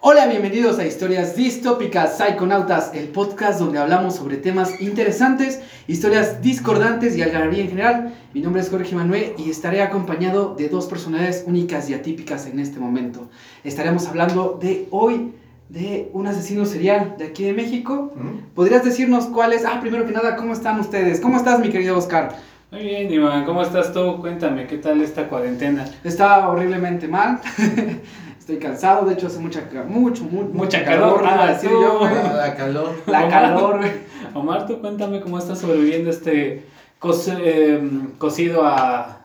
Hola, bienvenidos a Historias Distópicas Psychonautas, el podcast donde hablamos sobre temas interesantes, historias discordantes y algarabía en general. Mi nombre es Jorge Manuel y estaré acompañado de dos personalidades únicas y atípicas en este momento. Estaremos hablando de hoy de un asesino serial de aquí de México. ¿Mm? ¿Podrías decirnos cuál es? Ah, primero que nada, ¿cómo están ustedes? ¿Cómo estás, mi querido Oscar? Muy bien, Iván, ¿cómo estás tú? Cuéntame, ¿qué tal esta cuarentena? Está horriblemente mal. Estoy cansado, de hecho hace mucha, ca- mucho, mu- Mucha calor, iba a ah, decir tú. yo, güey. Nada, calor. La calor, güey. Omar, tú cuéntame cómo estás sobreviviendo este cos- em, cocido a,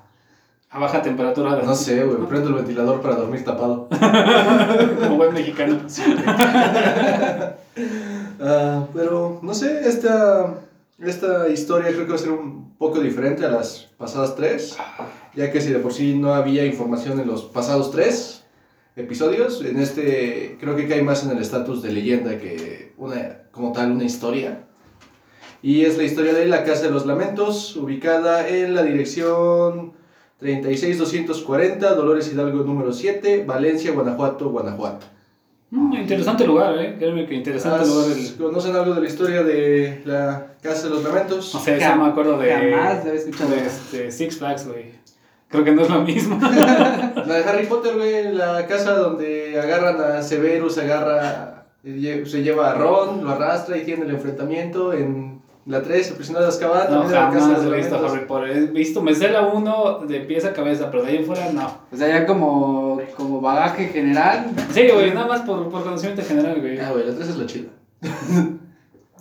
a baja temperatura. No sé, güey. Prendo el ventilador para dormir tapado. Como buen mexicano. Ah, pero, no sé, esta, esta historia creo que va a ser un poco diferente a las pasadas tres. Ya que si de por sí no había información en los pasados tres episodios, en este creo que cae más en el estatus de leyenda que una, como tal una historia. Y es la historia de la Casa de los Lamentos, ubicada en la dirección 36240, Dolores Hidalgo número 7, Valencia, Guanajuato, Guanajuato. Mm, interesante lugar, ¿eh? Créeme que interesante ¿Has- lugar. El... ¿Conocen algo de la historia de la Casa de los Lamentos? No sé, eso me acuerdo de, Jamás la había escuchado. de este, Six Flags, güey. Creo que no es lo mismo. La de Harry Potter, güey, la casa donde agarran a Severus, agarra, eh, lle- se lleva a Ron, lo arrastra y tiene el enfrentamiento. En la 3, el prisionero de Azkaban, No, también era la Casa jamás de he los visto Lamentos. Harry Potter. He visto, me sé la 1 de pies a cabeza, pero de ahí en fuera no. O sea, ya como, como bagaje general, Sí, güey, nada más por, por conocimiento general, güey. Ah, güey, la 3 es la chida.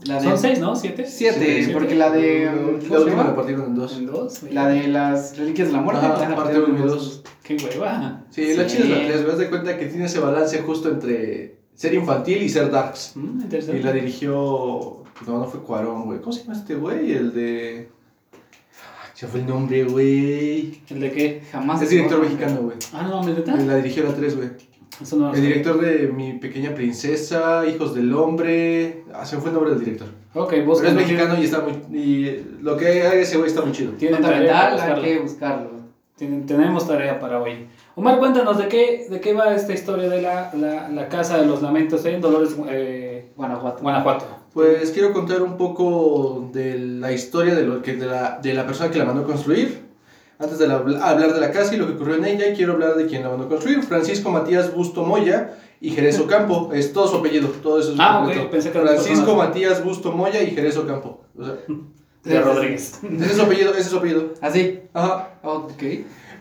la de Son seis, ¿no? ¿Siete? Siete, Siete. porque la de ¿cómo se Mm, La última llama? la partieron en dos. En dos, güey. la de las reliquias de la muerte. Ajá, Ajá, parte uno y de- dos. Qué hueva. Sí, la Sí. chida es la 3, me das de cuenta que tiene ese balance justo entre ser infantil y ser darks. Mm, Y interesante. la dirigió. pues, No, no fue Cuarón, güey. ¿Cómo se llama este güey? El de. Se fue el nombre, güey. ¿El de qué? Jamás. Es se director acuerda. mexicano, güey. Ah, no, ¿me neta? La dirigió la 3, güey. Eso no lo El sé. director de Mi Pequeña Princesa, Hijos del Hombre. Ah, se me fue el nombre del director. Ok, vos Pero es mexicano y está muy. Y lo que haga ese güey está muy chido. Tienen Nota tarea mental, para hay buscarlo. que buscarlo. Tienen- tenemos tarea para hoy. Omar, cuéntanos de qué, de qué va esta historia de la, la, la Casa de los Lamentos en Dolores, eh, Guanajuato. Guanajuato. Pues quiero contar un poco de la historia de, lo que, de, la, de la persona que la mandó construir. Antes de la- hablar de la casa y lo que ocurrió en ella, quiero hablar de quién la mandó construir. Francisco Matías Busto Moya y Jerez Ocampo. Es todo su apellido, todo eso es Ah, completo. ok, pensé que era una Francisco persona. Matías Busto Moya y Jerez Ocampo. O sea, De Rodríguez. ese es su apellido, ese es su apellido. Así. Ajá. Ah, Ok.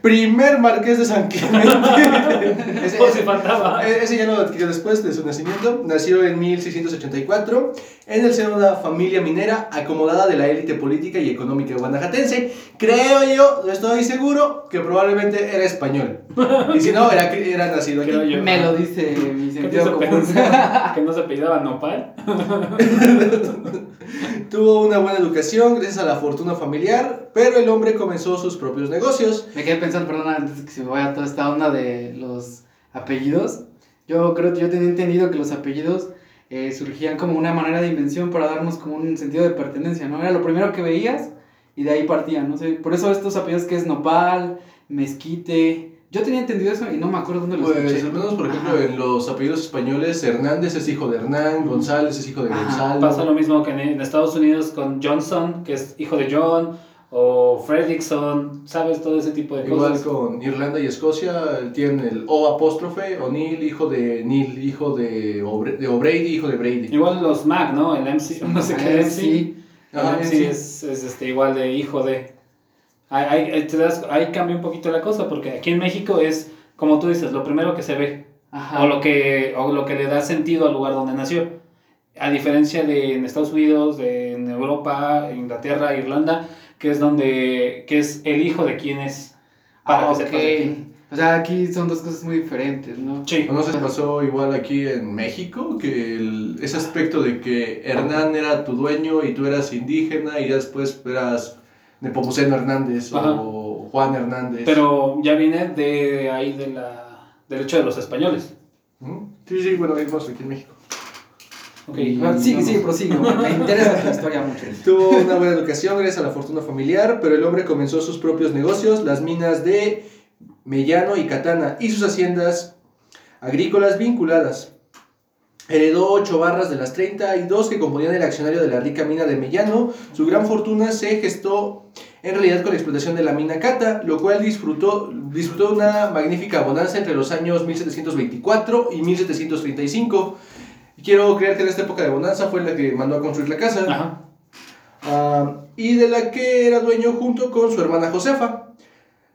Primer marqués de San Clemente. Ese- Por si faltaba. eh, Ese ya lo adquirió después de su nacimiento. Nació en 1684 en el seno de una familia minera acomodada de la élite política y económica guanajatense. Creo yo, no estoy seguro, que probablemente era español. Y si no, era, era nacido aquí. Creo yo. ah. Me lo dice mi ¿Qué te hizo sentido común. pensar que no se apellidaba Nopal? Tuvo una buena educación gracias a la fortuna familiar, pero el hombre comenzó sus propios negocios. Me quedé pensando, perdona, antes que se me vaya toda esta onda de los apellidos. Yo creo que yo tenía entendido que los apellidos eh, surgían como una manera de invención para darnos como un sentido de pertenencia, ¿no? Era lo primero que veías y de ahí partían, no sé. Por eso estos apellidos que es Nopal, Mezquite. Yo tenía entendido eso y no me acuerdo dónde lo Pues escuché. al menos, por ejemplo, eh, Ajá. en los apellidos españoles, Hernández es hijo de Hernán, González es hijo de Ajá, Gonzalo. Pasa lo mismo que en, en Estados Unidos con Johnson, que es hijo de John, o Fredrickson, ¿sabes? Todo ese tipo de Igual cosas. con Irlanda y Escocia tienen el O apóstrofe, O'Neill, hijo de Neil, hijo de, Obre- de O'Brady, hijo de Brady. Igual los Mac, ¿no? El MC, no sé qué Ah, MC. sí. El Ah, MC sí. es, es, este, igual de hijo de... Ahí, ahí- te das- ahí cambia un poquito la cosa, porque aquí en México es, como tú dices, lo primero que se ve, Ajá. o, lo que, o lo que le da sentido al lugar donde nació. A diferencia de en Estados Unidos, de, en Europa, Inglaterra, Irlanda, que es donde, que es el hijo de quien es, para Ah, que sepas de ok. quién. O sea, aquí son dos cosas muy diferentes, ¿no? Sí. ¿No se pasó igual aquí en México? Que el- ese aspecto de que Hernán era tu dueño y tú eras indígena y ya después eras Nepomuceno Hernández Ajá. o Juan Hernández. Pero ya viene de ahí de la, del hecho de los españoles. ¿Mm? Sí, sí, bueno, vimos aquí en México. Ok, Ah, vamos. Sí, sí, prosigo. Me interesa tu historia mucho. Tuvo una buena educación gracias a la fortuna familiar, pero el hombre comenzó sus propios negocios, las minas de Mellano y Catana y sus haciendas agrícolas vinculadas. Heredó ocho barras de las 32 que componían el accionario de la rica mina de Mellano. Su gran fortuna se gestó en realidad con la explotación de la mina Cata, lo cual disfrutó, disfrutó de una magnífica bonanza entre los años 1724 y 1735. Quiero creer que en esta época de bonanza fue la que mandó a construir la casa. Ajá. Ah, y de la que era dueño junto con su hermana Josefa.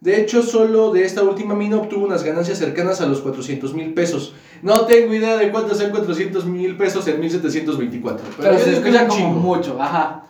De hecho, solo de esta última mina obtuvo unas ganancias cercanas a los 400 mil pesos. No tengo idea de cuánto sean 400 mil pesos en 1724. Pero, yo se digo que es escucha un como chingo. mucho, ajá.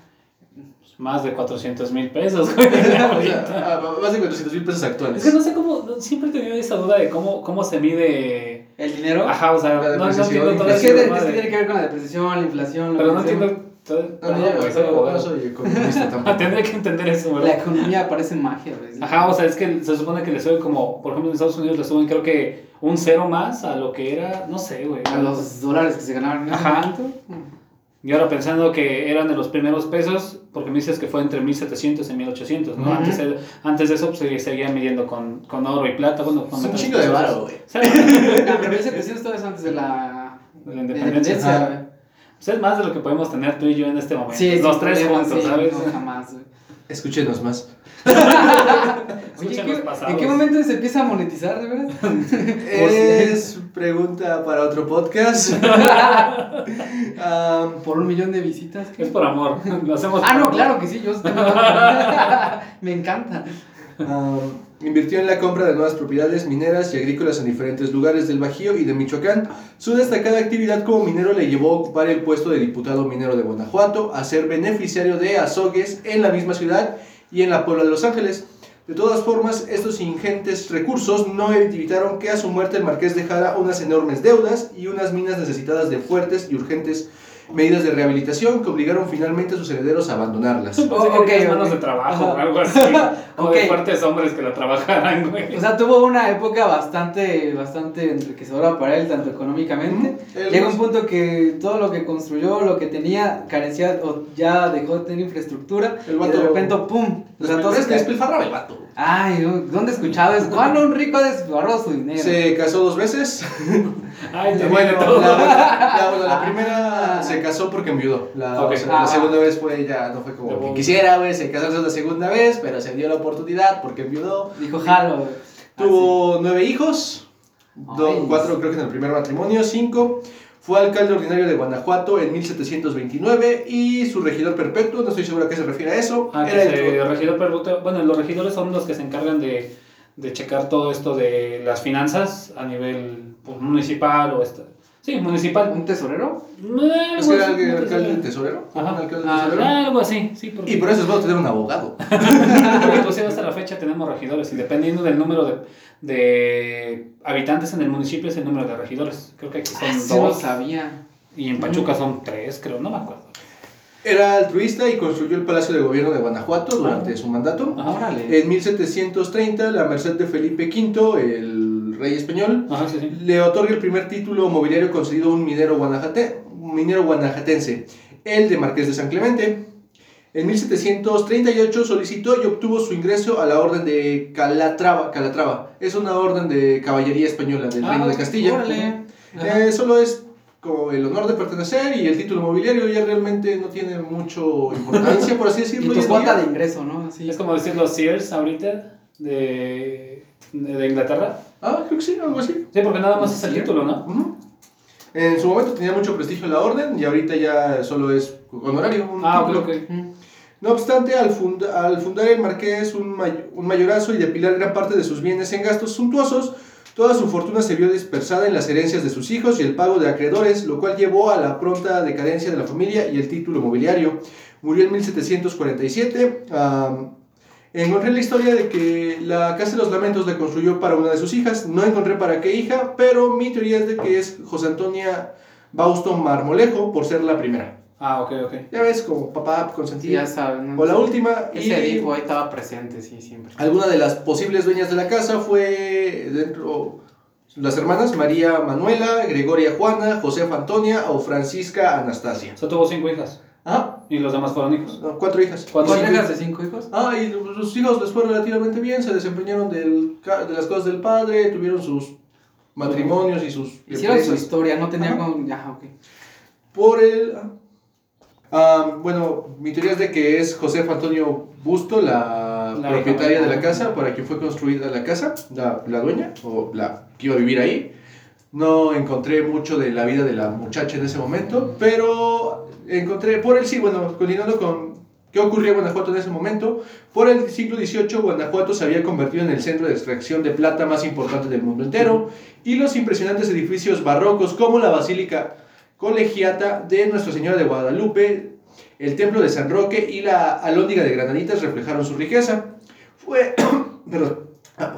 Más de 400 mil pesos, güey. O ahorita. sea, ah, más de 400 mil pesos Es que actuales. no sé cómo, no- siempre he tenido esa duda de cómo, cómo se mide. ¿El dinero? pues, Ajá, o sea, La no, no depreciación. entiendo todo Es que, es ese que desmadre. tiene que ver con la depreciación, la inflación, lo Pero no que sea. entiendo todo. No, no, Ajá, no, güey, soy no, no abogado. soy economista tampoco. Tendré que entender eso, La ¿verdad? economía parece magia, güey. Ajá, o sea, es que se supone que le suben como, por ejemplo, en Estados Unidos le suben creo que un cero más a lo que era, no sé, güey. A los dólares que se ganaban en ese Ajá. momento. Y ahora pensando que eran de los primeros pesos, porque me dices que fue entre 1700 y 1800, ¿no? Ujú. antes, de- antes de eso pues, se seguían midiendo con, con oro y plata. Bueno, con Es un otras chingo de cosas. varo, güey. O sea, de Ah, pero 1700 todavía es antes de la, la de la independencia. independencia, Ajá. güey. Pues es más de lo que podemos tener tú y yo en este momento. Sí, los sin tres problema, juntos, sí, ¿sabes? No, jamás, güey. Escúchenos más. Oye, Escucha ¿qué- los pasados. ¿en qué momento se empieza a monetizar, de verdad? Es pregunta para otro podcast. Ah, Por un millón de visitas. Es por amor. Lo hacemos Ah, por no, amor. claro que sí, yo estoy- Me encanta. Um, invirtió en la compra de nuevas propiedades mineras y agrícolas en diferentes lugares del Bajío y de Michoacán. Su destacada actividad como minero le llevó a ocupar el puesto de diputado minero de Guanajuato, a ser beneficiario de azogues en la misma ciudad y en la Puebla de Los Ángeles. De todas formas, estos ingentes recursos no evitaron que a su muerte el marqués dejara unas enormes deudas y unas minas necesitadas de fuertes y urgentes medidas de rehabilitación que obligaron finalmente a sus herederos a abandonarlas. Pensé que Oh, ok, tenías manos ok. de trabajo o Ajá. algo así. O de Ok. fuertes hombres que la trabajaran, güey. O sea, tuvo una época bastante, bastante enriquecedora para él, tanto económicamente. Ujú. Él Llega un nos- punto que todo lo que construyó, lo que tenía, carecía o ya dejó de tener infraestructura. El y vato- de repente, ¡pum! O sea, todo Pero es se que ca- despilfarraba el vato. Ay, no, ¿dónde he escuchado eso? ¿Cuándo un rico desbarró su dinero? Se casó dos veces. Ay, te bueno, duele la, todo. la- bueno, la primera se casó porque enviudó. La, Ok. o sea, la Ah. segunda vez fue ya, no fue De como bobo. que quisiera, güey, se casarse la segunda vez, pero se dio la oportunidad porque enviudó. Dijo Jalo. güey. Ah, Tuvo nueve hijos, do- Ay. cuatro creo que en el primer matrimonio, cinco. Fue alcalde ordinario de Guanajuato en 1729 y su regidor perpetuo, no estoy seguro a qué se refiere a eso. Ah, que era el- se- regidor perpetuo- Bueno, los regidores son los que se encargan de, de checar todo esto de las finanzas a nivel pues, municipal o esta. Sí, Así. municipal. Ah, ¿Un tesorero? Eh, es que era algo así, el no te alcalde sé. del tesorero. Ajá. un alcalde Ah, tesorero. Ah, algo así, sí. Porque, Y por eso es bueno tener un abogado. porque inclusive hasta la fecha tenemos regidores y dependiendo del número de, de habitantes en el municipio es el número de regidores. Creo que aquí son Ah, sí, no dos sabía. y en Pachuca son tres, creo, no me acuerdo. Era altruista y construyó el Palacio de Gobierno de Guanajuato durante Ah. su mandato. Ajá. Órale. En 1730, la merced de Felipe V, el rey español, Ajá, sí, sí. le otorga el primer título mobiliario concedido a un minero, guanajate- minero guanajatense, el de Marqués de San Clemente. En 1738 solicitó y obtuvo su ingreso a la Orden de Calatrava. Calatrava. Es una orden de caballería española del Ah, Reino de Castilla. Órale. Eh, solo es como el honor de pertenecer y el título mobiliario ya realmente no tiene mucho importancia, por así Y decirlo. hoy tu en cuota día. de ingreso, ¿no? Así. Es como decir los Sears ahorita de, de Inglaterra. Ah, creo que sí, algo así. Sí, porque nada más es el Sí. título, ¿no? Ujú. En su momento tenía mucho prestigio la orden y ahorita ya solo es honorario. un Ah, ok, título. ok. Ujú. No obstante, al, funda- al fundar el marqués un, may- un mayorazo y depilar gran parte de sus bienes en gastos suntuosos, toda su fortuna se vio dispersada en las herencias de sus hijos y el pago de acreedores, lo cual llevó a la pronta decadencia de la familia y el título mobiliario. Murió en 1747. am, encontré la historia de que la Casa de los Lamentos la construyó para una de sus hijas. No encontré para qué hija, pero mi teoría es de que es José Antonia Bauston Marmolejo por ser la primera. Ah, ok, ok. Ya ves, como papá Sí, consentía. ya sabes, ¿no? O la última y Ese dijo ahí estaba presente, sí, siempre. alguna de las posibles dueñas de la casa fue dentro las hermanas María Manuela, Gregoria Juana, Josefa Antonia o Francisca Anastasia. O sea, tuvo cinco hijas Ah, y los demás fueron hijos. no, cuatro hijas. Cuatro ¿Cuántos Cinco llegas hijas. de cinco hijos? Ah, y sus hijos les fue relativamente bien, se desempeñaron del ca- de las cosas del padre, tuvieron sus matrimonios y sus Hicieron su empresas. historia, no tenía Ajá. con. Ya, ok. Por el... ah. Ah, bueno, mi teoría es de que es Josefa Antonio Busto, la, La propietaria hija. de la casa, para quien fue construida la casa, la, la dueña, o la que iba a vivir ahí. No encontré mucho de la vida de la muchacha en ese momento, pero encontré, por el sí, bueno, continuando con qué ocurría en Guanajuato en ese momento, por el siglo XVIII Guanajuato se había convertido en el centro de extracción de plata más importante del mundo entero, y los impresionantes edificios barrocos como la Basílica colegiata de Nuestra Señora de Guadalupe, el templo de San Roque y la alhóndiga de Granaditas reflejaron su riqueza. Fue, perdón,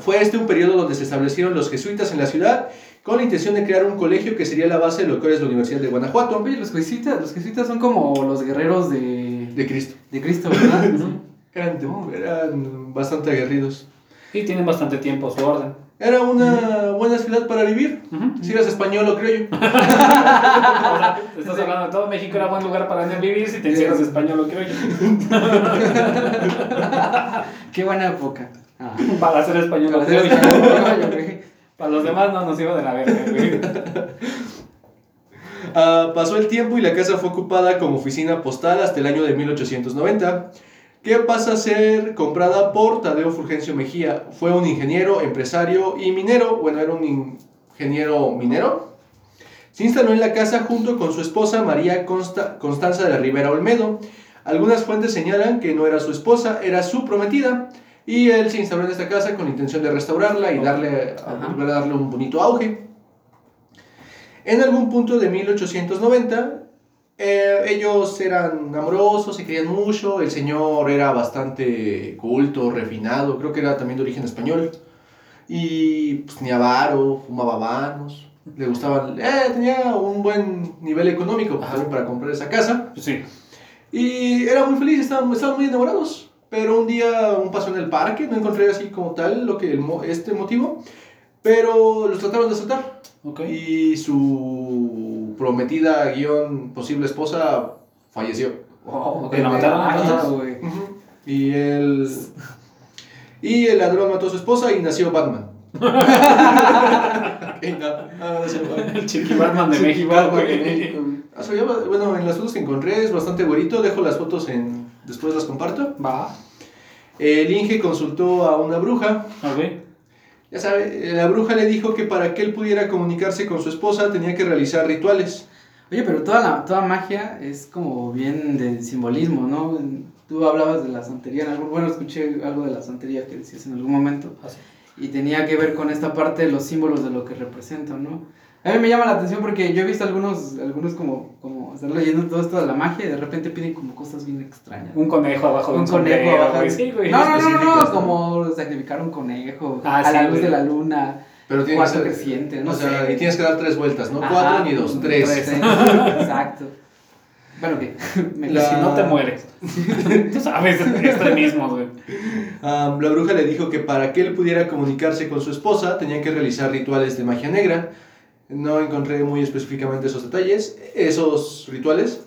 fue este un periodo donde se establecieron los jesuitas en la ciudad con la intención de crear un colegio que sería la base de lo que hoy es la Universidad de Guanajuato Oye, los jesuitas, los jesuitas son como los guerreros de, de Cristo. de Cristo, ¿verdad? Eran, de- eran bastante aguerridos. Y tienen bastante tiempo su orden. Era una buena ciudad para vivir. Ujú. Si eras español, lo creo yo. O sea, estás hablando de todo México era buen lugar para andar vivir si te encierras de español o criollo. Qué buena época. Ah. Para ser español o criollo. Pero Para los demás no nos iba de la verga, güey. Ah, pasó el tiempo y la casa fue ocupada como oficina postal hasta el año de 1890, que pasa a ser comprada por Tadeo Fulgencio Mejía. Fue un ingeniero, empresario y minero. Bueno, era un ingeniero minero. Se instaló en la casa junto con su esposa María Consta- Constanza de la Rivera Olmedo. Algunas fuentes señalan que no era su esposa, era su prometida. Y él se instaló en esta casa con la intención de restaurarla y darle, a Ajá. volver a darle un bonito auge. En algún punto de 1890, eh, ellos eran amorosos, se querían mucho, el señor era bastante culto, refinado, creo que era también de origen español, y pues ni avaro, fumaba vanos, le gustaban, eh, tenía un buen nivel económico pues, también para comprar esa casa, Pues sí. y era muy feliz, estaban, estaban muy enamorados. Pero un día, un paseo en el parque, no encontré así como tal lo que el mo- este motivo, pero los trataron de asaltar. Ok. Y su prometida guión posible esposa falleció. Wow, ok, la mataron Ah, entonces. güey. Y él... Y el ladrón mató a su esposa y nació Batman. Ok, nada, nada de eso, Batman. El Chiqui Batman de México. Batman de güey. México, güey. Ah, se llama- Bueno, en las fotos que encontré es bastante güerito. Dejo las fotos en... Después las comparto. Va. El Inge consultó a una bruja Ok. Ya sabe, la bruja le dijo que para que él pudiera comunicarse con su esposa tenía que realizar rituales. Oye, pero toda, la, toda magia es como bien de simbolismo, ¿no? En- Tú hablabas de la santería, en algún, bueno, escuché algo de la santería que decías en algún momento, Así. y tenía que ver con esta parte de los símbolos de lo que representan, ¿no? A mí me llama la atención porque yo he visto algunos, algunos como, como estar leyendo todo esto de la magia y de repente piden como cosas bien extrañas. Un conejo abajo de Un un conejo sombrero, abajo de- güey. Sí, güey. No, no, no, no, específicas, ¿no? como sacrificar un conejo Ah, a la sí, luz güey. de la luna. Pero tiene Cuarto que ser creciente, no o sea, sé. y tienes que dar tres vueltas, ¿no? Cuatro Ajá, ni dos, tres. sí, Exacto. Bueno, que me La- Si no te mueres. Tú sabes, extremismos, güey. Am, la bruja le dijo que para que él pudiera comunicarse con su esposa tenía que realizar rituales de magia negra. No encontré muy específicamente esos detalles, esos rituales,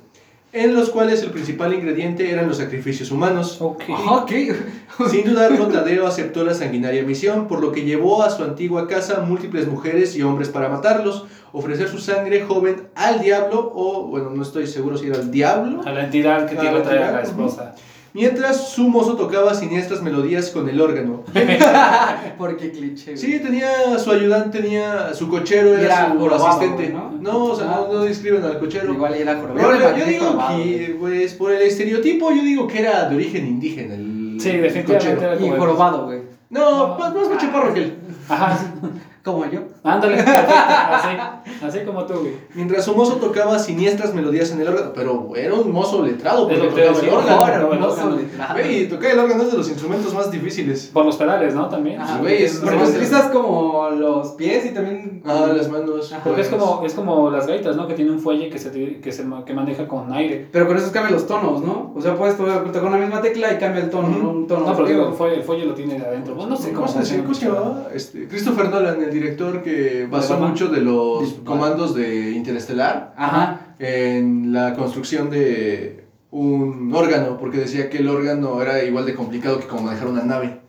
en los cuales el principal ingrediente eran los sacrificios humanos. Ok. Ajá, Ah, ok. Sin dudarlo, Tadeo aceptó la sanguinaria misión, por lo que llevó a su antigua casa múltiples mujeres y hombres para matarlos, ofrecer su sangre joven al diablo, o bueno, no estoy seguro si era al diablo, A la entidad que A te iba Ah, la a traer a la entidad, ujú. esposa. mientras su mozo tocaba siniestras melodías con el órgano. Porque cliché. güey. Sí, tenía su ayudante, tenía su cochero, era, Era su jorobado, asistente. ¿no? ¿no? o sea, no, no describen al cochero. Igual y era Yo, jorobado. yo- yo digo que, pues, por el estereotipo, yo digo que era de origen indígena el Sí, definitivamente cochero. era Y como. jorobado, güey. No, más, más chaparro que él. Ajá. Como yo. Ándale, perfecto. Así, así como tú, güey. Mientras su mozo tocaba siniestras melodías en el órgano, pero era un mozo letrado porque Es lo que te tocaba el iba a decir, órgano. Ahora, no, no no, no. son letrados. Güey, tocar el órgano es de los instrumentos más difíciles. Por los pedales, ¿no? También. Ajá, Ah, güey, porque- es- Porque no, utilizas como los pies y también. Ah, las manos. Ajá, Porque es pues. como, es como las gaitas, ¿no? Que tiene un fuelle que se, ti- que se ma- que maneja con aire. Pero con eso cambian los tonos, ¿no? O sea, puedes to- tocar una misma tecla y cambia el tono, Ujú. ¿no? Un tono. No, pero digo, el oscuro. fuelle, el fuelle lo tiene adentro. Bueno, no sé cómo se decía? llama. ¿Cómo se llamaba? Este, Christopher Nolan, el director que basó Batman? mucho de los Batman. comandos de Interestelar Ajá. en la construcción de un órgano, porque decía que el órgano era igual de complicado que como manejar una nave.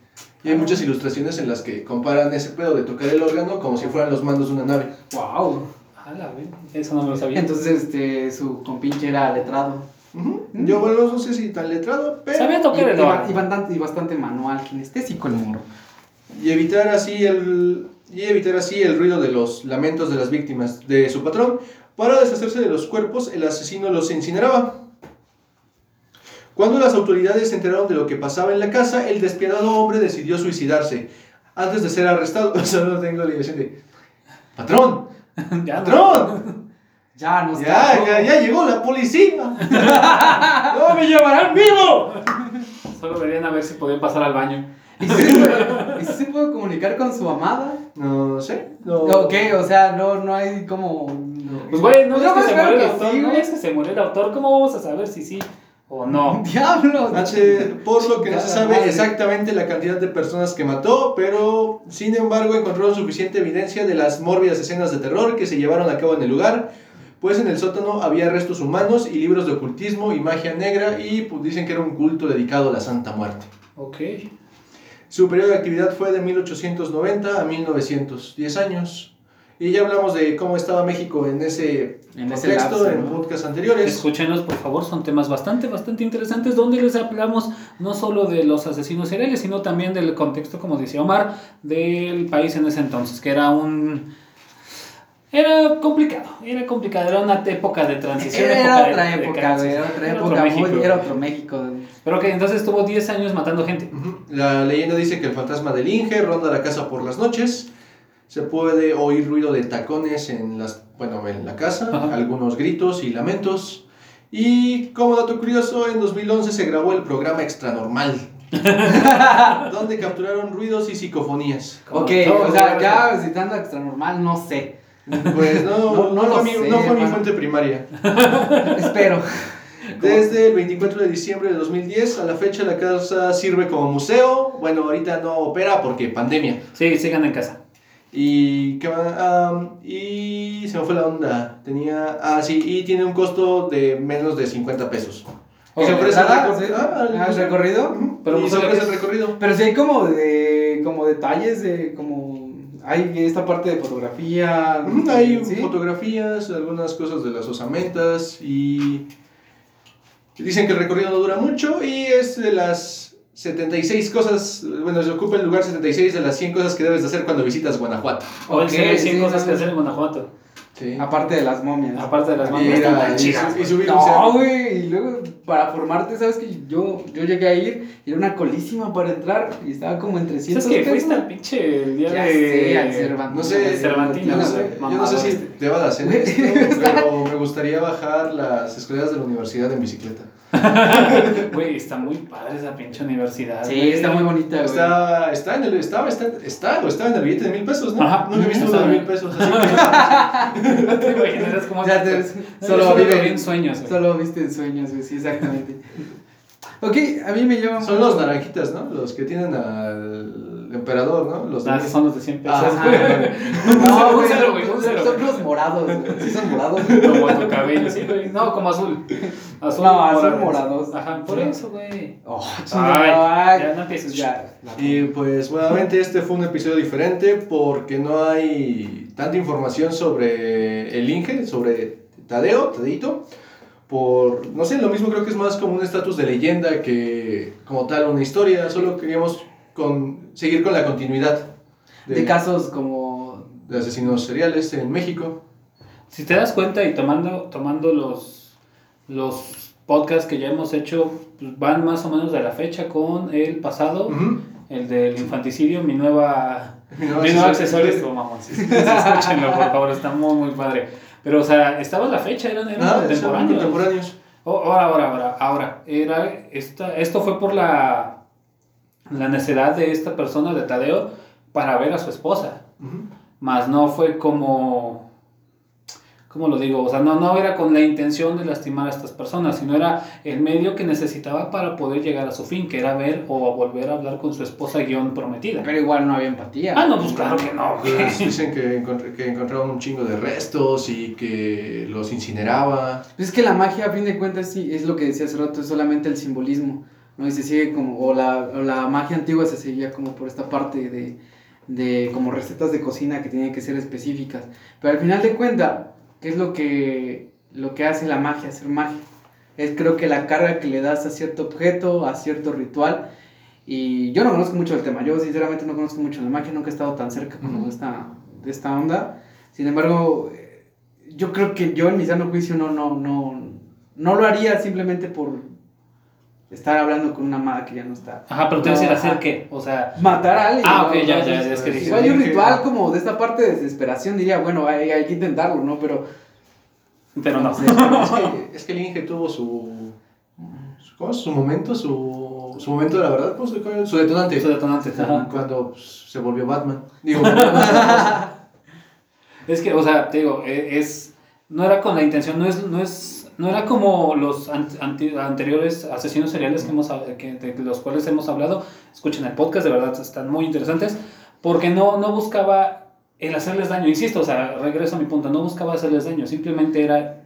Y hay muchas ilustraciones en las que comparan ese pedo de tocar el órgano como si fueran los mandos de una nave. ¡Wow! A Ah, la vez. Eso no me lo sabía. Entonces, este, su compinche era letrado. Ujú. Yo, bueno, no sé si tan letrado, pero... Sabía Y, tocar el y ba- y órgano. bastante, y bastante manual, kinestésico el muro. Y evitar así el y evitar así el ruido de los lamentos de las víctimas de su patrón. Para deshacerse de los cuerpos, el asesino los incineraba. Cuando las autoridades se enteraron de lo que pasaba en la casa, el despiadado hombre decidió suicidarse antes de ser arrestado. O sea, no tengo la ilusión de patrón, Ya, no. patrón. Ya, no Ya, ya, ya llegó la policía. No me llevarán vivo. Solo verían a ver si podían pasar al baño. ¿Y si se puede- y si se puede comunicar con su amada? No sé. No. ¿O qué? O sea, no, no hay como... Pues, güey, no, Pues, es que pues, se claro muere el que autor. sí, no güey. es que se muere el autor. ¿Cómo vamos a saber si sí o no? ¡Diablos! H, por lo que no Chingada se sabe madre. exactamente la cantidad de personas que mató, pero sin embargo encontraron suficiente evidencia de las mórbidas escenas de terror que se llevaron a cabo en el lugar, pues en el sótano había restos humanos y libros de ocultismo y magia negra y pues, dicen que era un culto dedicado a la Santa Muerte. Ok. Su periodo de actividad fue de 1890 a 1910 años. Y ya hablamos de cómo estaba México en ese En ese contexto lapso, en ¿no? podcasts anteriores. Pues, Escúchenos, por favor, son temas bastante, bastante interesantes donde les hablamos no solo de los asesinos seriales, sino también del contexto, como decía Omar, del país en ese entonces, que era un... Era complicado, era complicado, era una época de transición. Era de- otra de época, cárcel. güey, era otra Era otro época, México. muy- era otro México. Pero que entonces estuvo 10 años matando gente. Ujú. La leyenda dice que el fantasma del Inge ronda la casa por las noches. Se puede oír ruido de tacones en, las, bueno, en la casa, Ajá. algunos gritos y lamentos. Y como dato curioso, en 2011 se grabó el programa Extranormal, donde capturaron ruidos y psicofonías. Como Ok, todo o sea, lugar. ya visitando extranormal, no sé. Pues no, No, no no, lo fue, mi, sé, no fue mi hermano. fuente primaria. Espero. Desde el 24 de diciembre de 2010 a la fecha la casa sirve como museo. Bueno, ahorita no opera porque pandemia. Sí, sigan en casa. Y, ¿qué más? Am, y se me fue la onda. Tenía. Ah, sí, y tiene un costo de menos de 50 pesos. Ok, se ofrece el ¿verdad? recor- Sí. ah, el- Ah, ¿el recorrido? Pero Pero y pues, se otra ofrece el vez- recorrido. Pero sí hay como de como detalles de como hay esta parte de fotografía. Ujú, Hay ¿sí? fotografías, algunas cosas de las osamentas y. Dicen que el recorrido no dura mucho y es de las 76 cosas. Bueno, se ocupa el lugar 76 de las 100 cosas que debes de hacer cuando visitas Guanajuato. O en Ok, serio, cien sí, cosas no, que no. hacer en Guanajuato. Sí. aparte de las momias. Aparte de las pues. Y manos, era- Ah, pues, están y tan chidas. su- y subir un cerro. No, güey, y luego para formarte, sabes que yo yo llegué a ir y era una colísima para entrar y estaba como en 300 ¿Sabes que pesos. fuiste al pinche el día Ya de. sé, al Cervantes. No sé, Cervantina, yo no güey, sé, yo no mamador sé si este. te van a hacer esto, pero me gustaría bajar las escaleras de la universidad en bicicleta. Güey, está muy padre esa pinche universidad. Sí, güey. está muy bonita, güey. Está, está en el, estaba, está, está, o estaba en el billete de mil pesos, ¿no? Ajá. no he visto uno Estaba. de mil pesos. Así que, Te imaginas cómo O sea, te- solo solo vive vive- bien sueños, güey. Solo viste en sueños, güey, sí, exactamente. ok, a mí me llama son los naranjitas, ¿no? Los que tienen al emperador, ¿no? Los de Ah, mil- son los de 100 pesos. Ajá. No, No, güey, úsalo, güey, son, úsalo. son los morados, güey. Sí, son morados. Como tu cabello, sí, güey. No, como azul. Azul No, azul morado. morados. Ajá, por eso, güey. Oh, Ay, chingada. ya Eh, no empieces. Ya. Y pues nuevamente este fue un episodio diferente porque no hay tanta información sobre el Inge, sobre Tadeo, Tadeito. Por, no sé, lo mismo creo que es más como un estatus de leyenda que como tal una historia. Solo queríamos con, seguir con la continuidad de, De casos como. de asesinos seriales en México. Si te das cuenta y tomando, tomando los, los podcasts que ya hemos hecho, pues, van más o menos de la fecha con el pasado, Mm. Ujú. el del infanticidio, mi nueva... Mi nuevo Mi nuevo accesorio. accesorio es como mamón, sí, sí, sí, escúchenlo, por favor, está muy, muy padre. Pero, o sea, estaba la fecha, eran, eran Ah, son contemporáneos. contemporáneos. Oh, ahora, ahora, ahora, ahora. Era esta, esto fue por la, la necedad de esta persona, de Tadeo, para ver a su esposa. Ujú. Más no fue como. ¿Cómo lo digo? O sea, no, no era con la intención de lastimar a estas personas, sino era el medio que necesitaba para poder llegar a su fin, que era ver o volver a hablar con su esposa guión prometida. Pero igual no había empatía. Ah, no, pues claro que no. güey. Pues, dicen que, encontr- que encontraron un chingo de restos y que los incineraba. Pues es que la magia, a fin de cuentas, sí, es lo que decía hace rato, es solamente el simbolismo. ¿no? Y se sigue como, o la, o la magia antigua se seguía como por esta parte de, de como recetas de cocina que tienen que ser específicas. Pero al final de cuenta, ¿qué es lo que, lo que hace la magia, hacer magia? Es creo que la carga que le das a cierto objeto, a cierto ritual. Y yo no conozco mucho el tema, yo sinceramente no conozco mucho la magia, nunca he estado tan cerca como Ujú. de, esta, de esta onda. Sin embargo, eh, yo creo que yo en mi sano juicio no, no, no, no lo haría simplemente por estar hablando con una maga que ya no está. Ajá, pero te voy a decir No, ajá. hacer qué. O sea, Matar a alguien. Ah, ¿no? ok, ya, ya, Entonces, ya, es que dije- Igual hay un dije- ritual como de esta parte de desesperación, diría, bueno, hay, hay que intentarlo, ¿no? Pero este, pero no. sé, pero Es que, es que el Inge tuvo su. su- ¿Cómo es? Su momento, su. Su momento de la verdad, pues, su detonante. Eso detonante. Ajá. Cuando pues, se volvió Batman. Digo, Batman. Es que, o sea, te digo, e- es, no era con la intención, no es, no es, no era como los an- anti- anteriores asesinos seriales que hemos, hab- que, de los cuales hemos hablado. Escuchen el podcast, de verdad, están muy interesantes, porque no, no buscaba el hacerles daño, insisto, o sea, regreso a mi punto, no buscaba hacerles daño, simplemente era,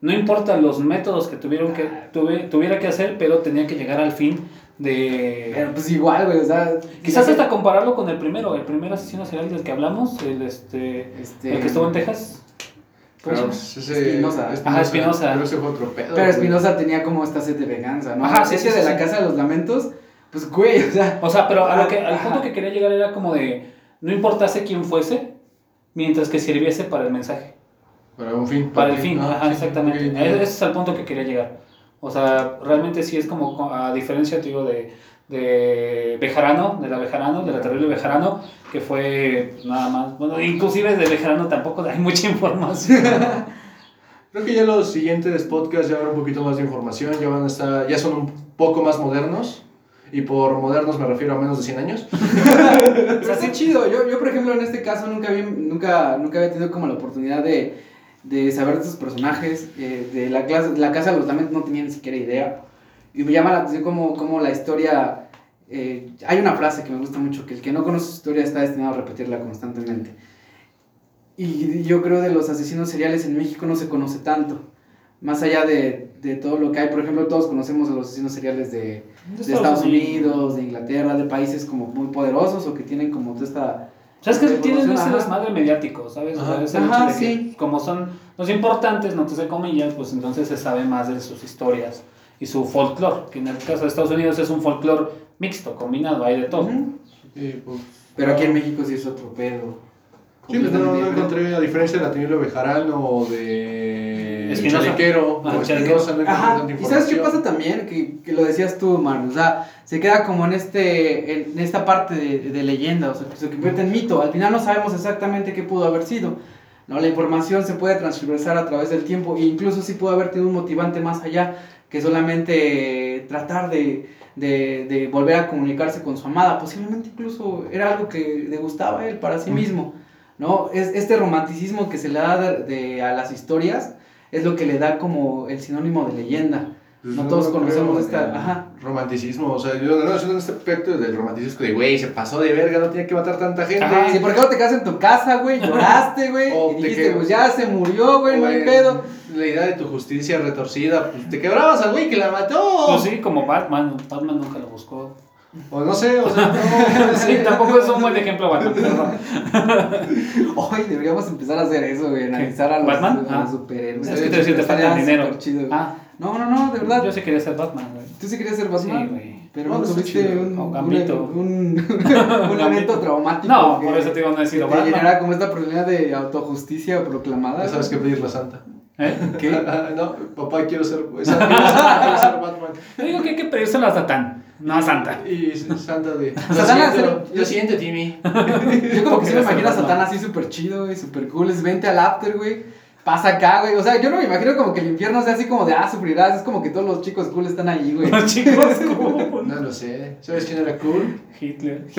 no importa los métodos que tuvieron que, tuve, tuviera que hacer, pero tenía que llegar al fin de... pero pues igual, güey, o sea. este, Quizás si- hasta compararlo con el primero, el primer asesino serial del que hablamos, el este, Este, el que estuvo en Texas. ¿Cómo se Pero llama? pues, ese- Espinosa. Ajá, Espinosa. Pero ese fue otro pedo. Pero güey. Espinosa tenía como esta sed de venganza, ¿no? Ajá, La sí, especie sí, de sí, la sí. casa de los lamentos, pues güey, o sea. O sea, pero a lo que, al Ajá. punto que quería llegar era como de, no importase quién fuese, mientras que sirviese para el mensaje, Para un fin. para el fin, Ah, ajá, sí, exactamente. E-, ok, ya. Ese es el punto que quería llegar. O sea, realmente sí es como, co- a diferencia, te digo, de, de Bejarano, de la Bejarano, de la terrible Bejarano, que fue nada más, bueno, inclusive de Bejarano tampoco hay mucha información. Creo que ya los siguientes podcasts ya habrá un poquito más de información, ya van a estar, ya son un poco más modernos. Y por modernos me refiero a menos de 100 años. O sea, sí, chido. Yo, yo, por ejemplo, en este caso nunca, había- nunca, nunca había tenido como la oportunidad de, de saber de sus personajes. eh, de la, clase, la Casa de los Lamentos no tenía ni siquiera idea. Y me llama la atención como, como la historia... eh, hay una frase que me gusta mucho, que el que no conoce su historia está destinado a repetirla constantemente. Y yo creo de los asesinos seriales en México no se conoce tanto. Más allá de, de todo lo que hay, por ejemplo, todos conocemos a los asesinos seriales de, de Estados Unidos, de Inglaterra, de países como muy poderosos o que tienen como toda esta... ¿Sabes que tienen ese Ajá. desmadre mediático, ¿sabes? O sea, Ajá. ese hecho Ajá, de que, sí. Como son los importantes, no te sé comillas, pues entonces se sabe más de sus historias y su folclore, que en el caso de Estados Unidos es un folclore mixto, combinado, hay de todo. Ujú. Y, pues, Pero aquí en México sí es otro pedo. sí, pues, no, no Completamente diferente. encontré, a diferencia de la Tenible Bejarán o de. Espinosa. Chalequero. Ah, o Chalequero. Espinosa, no encontré Ajá, tanta y ¿sabes qué pasa información. también? Que, que lo decías tú, Mar, o sea, se queda como en este en esta parte de, de leyenda, o sea, que se convierte en mito. Al final no sabemos exactamente qué pudo haber sido. ¿no? La información se puede transversar a través del tiempo e incluso sí pudo haber tenido un motivante más allá que solamente eh, tratar de, de- de volver a comunicarse con su amada. Posiblemente incluso era algo que le gustaba a él para sí Ujú. mismo. ¿no? Es, este romanticismo que se le da de- de- a las historias es lo que le da como el sinónimo de leyenda. Pues, No todos conocemos creo esta- en ajá. Romanticismo, o sea, yo no estoy en este aspecto del romanticismo de, güey, se pasó de verga, no tenía que matar tanta gente. Ajá. Sí, ¿por qué no te quedas en tu casa, güey? Lloraste, güey. O y te dijiste, quedas- pues ya se murió, güey, no hay Güey, pedo. La idea de tu justicia retorcida, pues, te quebrabas al güey que la mató. Pues sí, como Batman, Batman nunca lo buscó. O no sé, o sea, no, no Sí, sé. tampoco es un buen ejemplo Batman, perdón. Hoy deberíamos empezar a hacer eso, güey. Analizar a los, ¿Batman? a los Ah. superhéroes. Es que te, te Estaría falta el dinero. súper chido, güey. Ah, No, no, no, de verdad. yo sí quería ser Batman, güey. Tú sí querías ser Batman. Sí, güey. Pero No, no, está tuviste chido. un, O un, Gambito. un- un evento traumático. No, que- por eso te digo, no he que sido te Batman. generara como esta probabilidad de autojusticia proclamada. Ya sabes qué pedirle a Santa. ¿Eh? ¿Qué? Ah, no, papá, quiero ser, Santa, quiero ser- quiero ser Batman. Yo digo que hay que pedírselo a Satán, no a Santa. Y Santa de. Lo Satán siento, hace- lo siento, Timmy. Yo como que sí me Porque imagino a no. Satán así súper chido, güey, súper cool. Es vente al after, güey. Pasa acá, güey. O sea, yo no me imagino como que el infierno sea así como de, ah, sufrirás. Es como que todos los chicos cool están ahí, güey. Los chicos como No lo sé. ¿Sabes quién era cool? Hitler.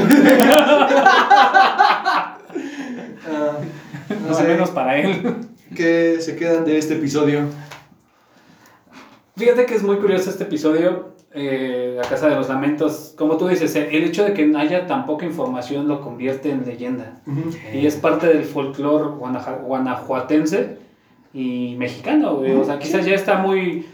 Ah, no No sé. sé. menos para él. ¿Qué se quedan de este episodio? Fíjate que es muy curioso este episodio, eh, La Casa de los Lamentos. Como tú dices, eh, el el hecho de que haya tan poca información lo convierte en leyenda. Y es parte del folclore guanaja- guanajuatense y mexicano, güey. O sea, quizás ya está muy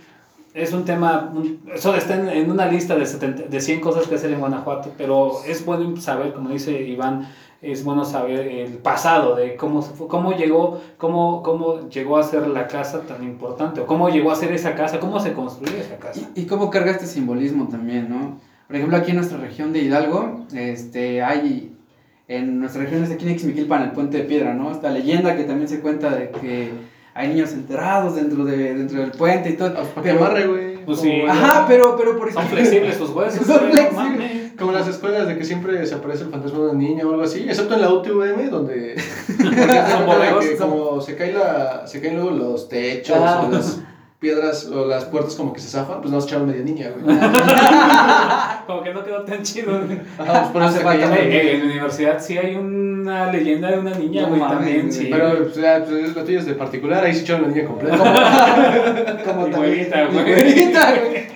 es un tema, un- eso está en, en una lista de, 70 de 100 cosas que hacer en Guanajuato, pero es bueno saber, como dice Iván, es bueno saber el pasado de cómo, se fue- cómo, llegó, cómo, cómo llegó a ser la casa tan importante, o cómo llegó a ser esa casa, cómo se construyó esa casa. Y, y cómo carga este simbolismo también, ¿no? Por ejemplo, aquí en nuestra región de Hidalgo, este, hay, en nuestra región es aquí en Ixmiquilpan, el puente de piedra, ¿no? Esta leyenda que también se cuenta de que hay niños enterrados dentro, de, dentro del puente y todo. Para que Pero- amarre, güey. Pues sí. Ajá, pero, pero por Son flexibles sus huesos. Son güey, no flexibles. mames. Como en las escuelas de que siempre se aparece el fantasma de una niña o algo así, excepto en la UTVM, donde Son borregos, que son- como se, cae la, se caen luego los techos Ah. o las piedras o las puertas como que se zafan, pues nos echaron media niña, güey. Ah, Como que no quedó tan chido. güey. Ajá, pues por eso Hace se falta, cayeron. güey. Eh, en la universidad sí hay una leyenda de una niña, No güey, mames, también, güey. sí. Pero o sea, pues, lo tuyo es de particular, ahí se echaron la niña completa. Como Mi también- güerita, mi güey. güerita, güey.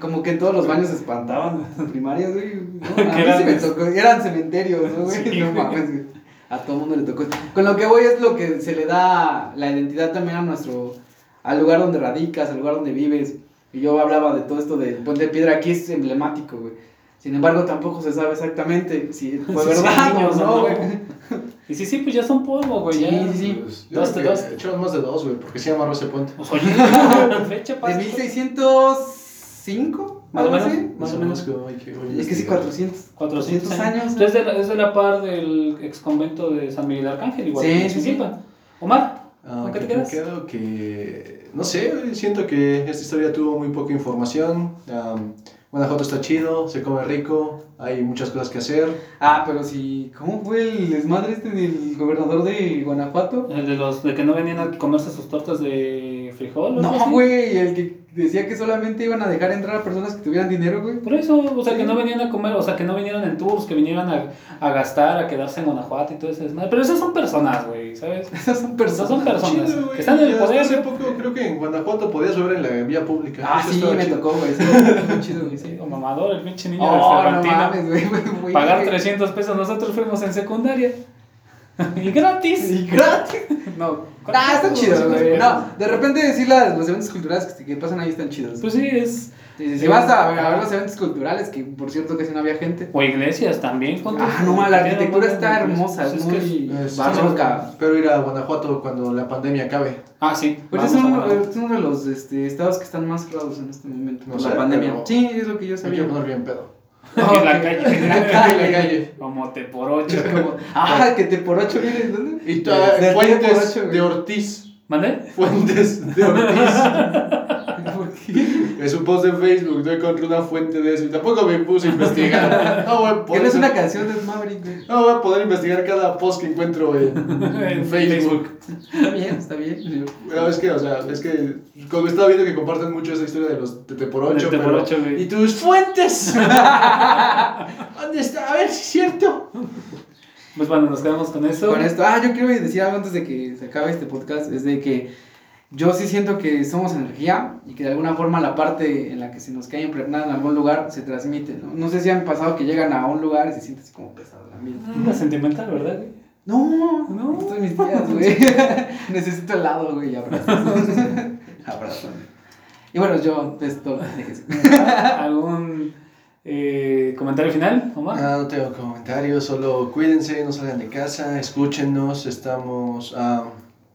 Como que en todos los baños se espantaban los primarios, güey. ¿no? A Que mí eran- sí me tocó. Eran cementerios, ¿no, güey? Sí, no güey. mames, güey. A todo mundo le tocó. Con lo que voy es lo que se le da la identidad también a nuestro. al lugar donde radicas, al lugar donde vives. Y yo hablaba de todo esto del puente de piedra, aquí es emblemático, güey. Sin embargo, tampoco se sabe exactamente si fue Sí, sí, verdad niños, o no, ¿no? güey. Y sí, sí, pues ya son polvo, güey. Sí, ya. sí, sí. Pues, yo Dos, creo que dos. Echaron más de dos, güey, porque se amarró ese puente. Pues, oye, la fecha ¿De pasa. 1605? Más o ¿Algo menos, así? más o menos. como hay que- este oye, Es que sí, investigar. 400. 400 años. años. Es de, la, es de la par del ex convento de San Miguel de Arcángel, igual. Sí, que en sí, sí. Xochimilpan. Omar, Ah, ¿Con qué te que- quedas? Creo que. No sé, güey, siento que esta historia tuvo muy poca información. Am, Guanajuato está chido, se come rico, hay muchas cosas que hacer. Ah, pero si. ¿Cómo fue el desmadre este del gobernador de Guanajuato? el de los de que no venían a comerse sus tortas de frijol. o algo No, así. güey, el que decía que solamente iban a dejar entrar a personas que tuvieran dinero, güey. Por eso, o sea, que no venían a comer, o sea, que no vinieron en tours, que vinieron a, a gastar, a quedarse en Guanajuato y todo eso. Pero esas son personas, güey, ¿sabes? Esas son Esas son personas. personas Chido, güey, que están en el y hasta poder. Hace poco creo que en Guanajuato podías beber en la vía pública. Ah, Eso sí, estaba me chido. tocó, güey. Sí, muy chido, güey. Sí, Sí. o mamador, el pinche Oh, niño del Oh, no Cervantino. mames, güey, güey. güey. Pagar 300 pesos, nosotros fuimos en secundaria. y gratis. Y gratis. No, ah, está chido, güey. No, de repente decir las, los eventos culturales que, que pasan ahí están chidos. Pues sí, es. Sí, sí, si vas a, a ver los eventos culturales, que por cierto casi no había gente. O iglesias también. ¿cuántos- Ah, no, ma, la arquitectura cuántos- está hermosa, Pues es es que muy Es- barroca. Pero ir a Guanajuato cuando la pandemia acabe. Ah, sí. Pues es vamos a uno, Guanajuato. es uno de los este, estados que están más cerrados en este momento No por sé, la pandemia. pero- Sí, es lo que yo Se me quiero sabía. poner bien pedo. Ah, En la ok. calle. En la calle. En la calle. Como te por ocho. Como, ah, que te por ocho vienes, Eh, ¿dónde? Y Eh, Del ta- tío fuentes borracho, güey. de Ortiz. ¿Mande? Fuentes de Ortiz. ¿Por qué? es un post de Facebook, no encontré una fuente de eso y tampoco me puse a investigar. No voy a Que poder, no es una canción de Maverick, güey. no voy a poder investigar cada post que encuentro en, Mm, en Facebook. Está bien, está bien. Bueno, es que, o sea, es que como estaba viendo que comparten mucho esa historia de los Tete por ocho, Tete por pero- ocho, güey. Y tus fuentes. ¿Dónde está? A ver si es cierto. Pues bueno, nos quedamos con eso. Con esto, ah, yo quiero decir algo antes de que se acabe este podcast, es de que yo sí siento que somos energía y que de alguna forma la parte en la que se nos queda impregnada en algún lugar se transmite, ¿no? No sé si han pasado que llegan a un lugar y se sienten así como pesado la mierda. Una Mm, sentimental, ¿verdad? güey? No, No. no, estoy en mis días, güey. Necesito helado, güey, y abrazos. abrazos. Y bueno, yo, pues, todo lo que dije. ¿Algún eh, comentario final, Omar? Ah, no tengo comentarios, solo cuídense, no salgan de casa, escúchenos, estamos... ah,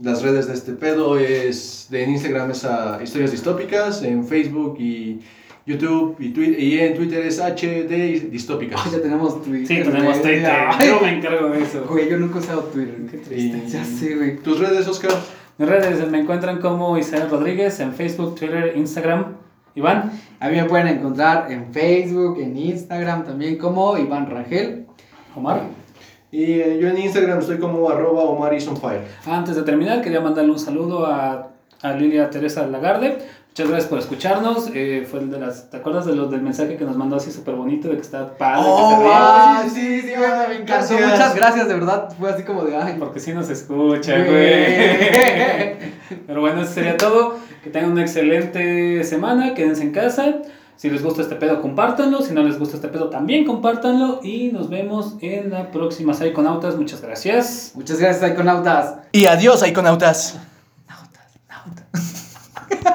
las redes de este pedo es... De, en Instagram es a Historias Distópicas, en Facebook y YouTube y, Twi- y en Twitter es HD Distópicas. Ay, ya tenemos Twitter. Sí, tenemos güey. Twitter. Ay, Yo me encargo de eso. Güey, yo nunca he usado Twitter. Qué güey. triste. Y- Ya sé, güey. Tus redes, Oscar. Mis redes me encuentran como Isabel Rodríguez en Facebook, Twitter, Instagram. Iván, A mí me pueden encontrar en Facebook, en Instagram también como Iván Rangel. Omar. Y eh, yo en Instagram estoy como arroba Omar is on fire. Antes de terminar, quería mandarle un saludo a, a Lilia Teresa Lagarde. Muchas gracias por escucharnos. Eh, fue el de las, ¿Te acuerdas de los, del mensaje que nos mandó así súper bonito de que está padre? que se ríe? wow. ah, sí, sí, sí, güey, me encantó. Gracias. Muchas gracias, de verdad. Fue así como de, ay, Porque sí nos escucha, Güey. güey. Pero bueno, eso sería todo. Que tengan una excelente semana. Quédense en casa. Si les gusta este pedo, compártanlo. Si no les gusta este pedo, también compártanlo. Y nos vemos en la próxima Psychonautas. Muchas gracias. Muchas gracias, Iconautas. Y adiós, iconautas.